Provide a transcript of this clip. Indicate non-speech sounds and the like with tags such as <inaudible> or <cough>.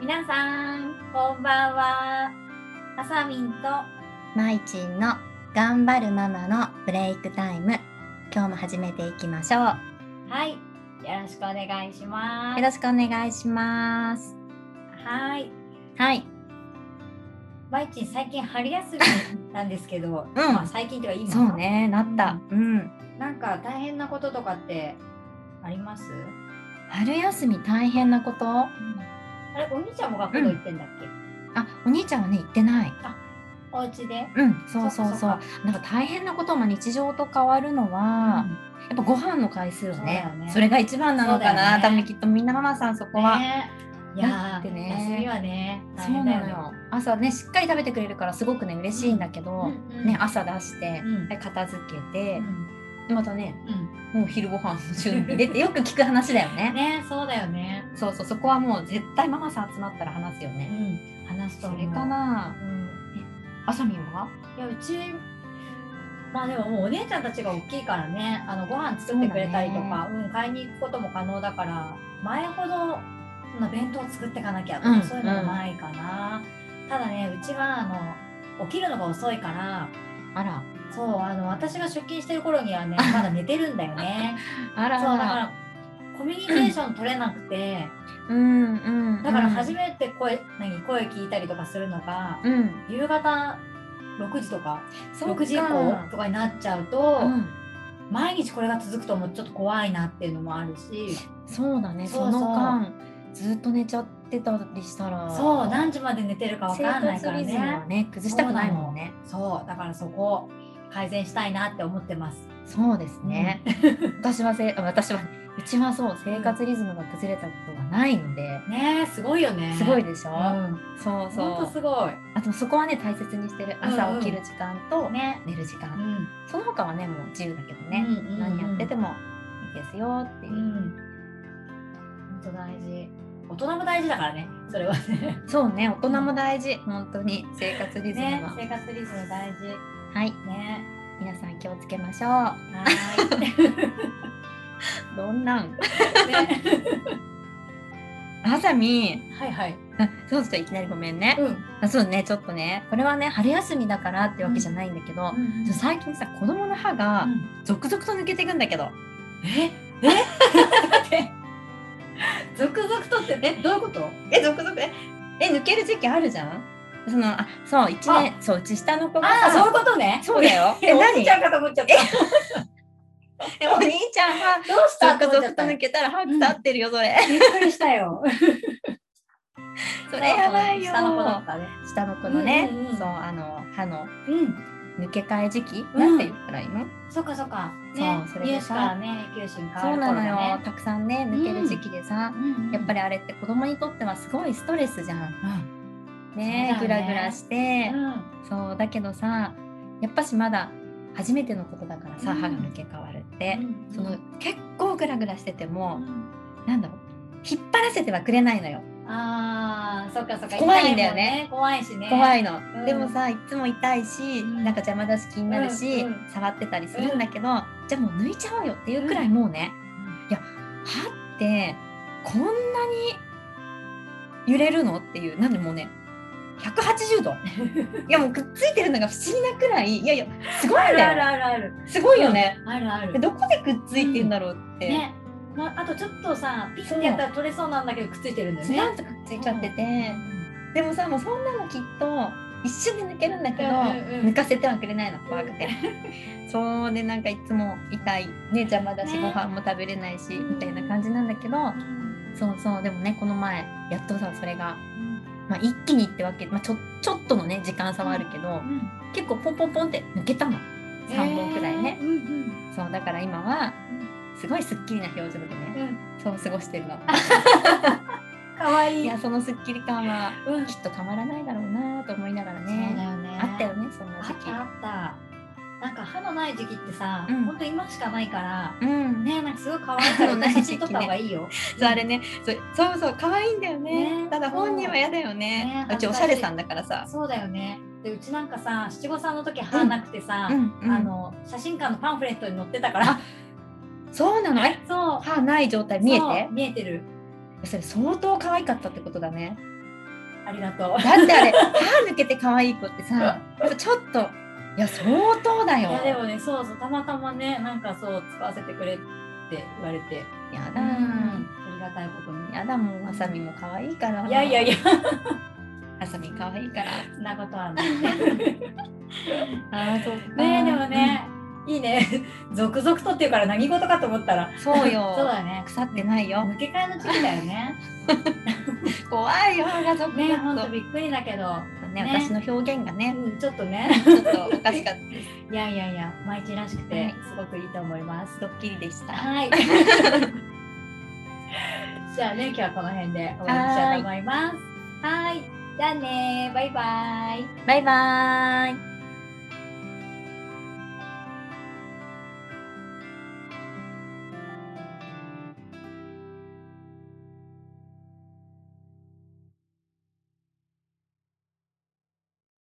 皆さんこんばんはあさみんとまいちんの頑張るママのブレイクタイム今日も始めていきましょうよはいよろしくお願いしますろしくお願いしますはいはいまいちん最近春休みなんですけど、まあ最近というか今そうねなったうんなんか大変なこととかってあります、春休み大変なことああれお兄ちゃんも学校行ってんだっけ、お兄ちゃんはね行ってないお家でうんそうそうそうそっかなんか大変なことも日常と変わるのは、やっぱご飯の回数よねそうだよそねれが一番なのかそうだよな、ね多分きっとみんなママさんそこは、ねいやだっー、てね休みはね大そう変だなよのねよ朝ねしっかり食べてくれるからすごくね嬉しいんだけど、うんうんね朝出して、うんで片付けてうん、でまたねうんもう昼ご飯の準備でってよく聞く話だよね <laughs> ねそうだよねそうそうそこはもう絶対ママさん集まったら話すよね、うん話すとそ思うれかなうんあさみんはいやうちまあでももうお姉ちゃんたちが大きいからねあのご飯作ってくれたりとかう、ん、買いに行くことも可能だから前ほどそんな弁当作っていかなきゃとか、うんそういうのもないかな、ただねうちはあの起きるのが遅いからあらそうあの私が出勤してる頃に <laughs> はねまだ寝てるんだよねあらそうだからコミュニケーション取れなくてうんうんだから初初めて声,、何声聞いたりとかするのがうん、夕方6時とかそうか6時以降とかになっちゃうと、うん毎日これが続くともうちょっと怖いなっていうのもあるしそうだねそうそそうの間ずっと寝ちゃってたりしたらそう何時まで寝てるかわ生かんないか活らリズムはねね崩したくないもんねそうだからそこを改善したいなって思ってますそうですね、 <laughs> 私はせ私はうちはそう生活リズムが崩れたことがないので、ねえすごいよねすごいでしょ、うんそうそほんとうすごあとそこはね大切にしてるうんうん朝起きる時間といね寝る時間、んその他はねもう自由だけどね、うんうんうん何やっててもいいですよっていうう、んほんと大事大人も大事だからねそれはねそうね大人も大事、本当に生活リズムねは、生活リズム大事はいね皆さん気をつけましょは <laughs> ーうどんなんいねあさみはいはいあそうそういきなりごめんね、うんあそうねちょっとねこれはね春休みだからってわけじゃないんだけど、うんちょっと最近さ子供の歯が続々と抜けていくんだけど、ええ続々とってえどういうことえ続々ええ抜ける時期あるじゃんそのあそう1年そううち下の子がああさそういうことねそうだよえ <laughs> え何何ちゃんかと思っちゃったえお兄ちゃんはどうしたと続思っちゃっ々とた抜びっけたら歯腐ってるよそれ、くりしたよ <laughs> それ <laughs> やばいよ下の子だったね下の子のね、うんうんうんそうあの歯のうん抜け替え時期、うんなんて言ったらいいのそっかそっかねそうそれ入で試かさらね永久歯にそ変うわるな頃のよ、だねたくさんね抜ける時期でさ、うんやっぱりりあれって子供にとってはすごいストレスじゃんうんねそうグだよねラグラして、うんそうだけどさやっぱしまだ初めてのことだからさ、うん歯が抜け替わるって、うんその結構グラグラしててうも、んなんだろう引っ張らせてはくれないのよ、あーそっかそっか怖いんだよ痛いねもん怖いしね怖いいの、うんでもさいつも痛いし、うんなんか邪魔だし気になるし、うんうん触ってたりするんだけど、じゃあもう抜いちゃおうよっていうくらいもうね、いや歯ってこんなに揺れるのっていうなんでもうね180度いやもうくっついてるのが不思議なくらいいやいやすごいあんるあだるよあるあるすごいよね、あるあるでどこでくっついてんだろうって、ね、まあとちょっとさピッてやったら取れそうなんだけどくっついてるんだよつねや。んとくっついちゃってて、でもさもうそんなのきっと一瞬で抜けるんだけど、うんうんうん抜かせてはくれないの怖くて、 <laughs> そうでなんかいつも痛いね邪魔だし、ねご飯も食べれないしうんみたいな感じなんだけど、そうそうでもねこの前やっとさそれが、まあ、一気にってわけ、まあ、ちょちょっとのね時間差はあるけど、結構ポンポンポンって抜けたの3本くらいね、うんうんそうだから今はすごいすっきりな表情でねうんそう過ごしてるのかわいいい。やそのすっきり感はうんきっとたまらないだろうなと思いながらそうだねよね。あったよねそんなあ時っ期たあった。なんか歯のない時期ってさ、うん本当今しかないから。うんね、なんかすごい可愛いから歯のない写真時期ね撮った方がいいよ。 <laughs> そうあれねそうそうそう可愛いんだよねねただ本人は嫌だよそうねねう恥ずちおかししいゃれさんだからさそうだよね。でうちなんかさ七五三の時歯なくてさ、うんうんあの写真館のパンフレットに載ってたから。そうなのえそう。歯ない状態見えそうて見えてる。それ相当可愛かったってことだねありがとう。だってあ <laughs> れ歯抜けて可愛い子ってさやっぱちょっといや相当だいよやでもね、そうそう、たまたまね、なんかそう、使わせてくれって言われて、やうだん、ありがたいことに。やだもんあさみも可愛いからいやいやいや、あさみ可愛いからそんなことは <laughs> ない。あーそっかねえ、でもね、いいね、続々とっていうから何事かと思ったら、うん <laughs> そうよそうだね、腐ってないよ抜け替えの時期だよね。 <laughs> 怖いよ歯がゾクゾね、クほんととびっくりだけど、ねね私の表現がね <laughs> うん、ちょっとね、ちょっとおかしかったいやいやいや、毎日らしくはてい、すごくいいと思います。ドッキリでしたはい。 <laughs> じゃあね、今日はこの辺で終わりにしたいと思います。はい。じゃあねバイバイ。バイバーイ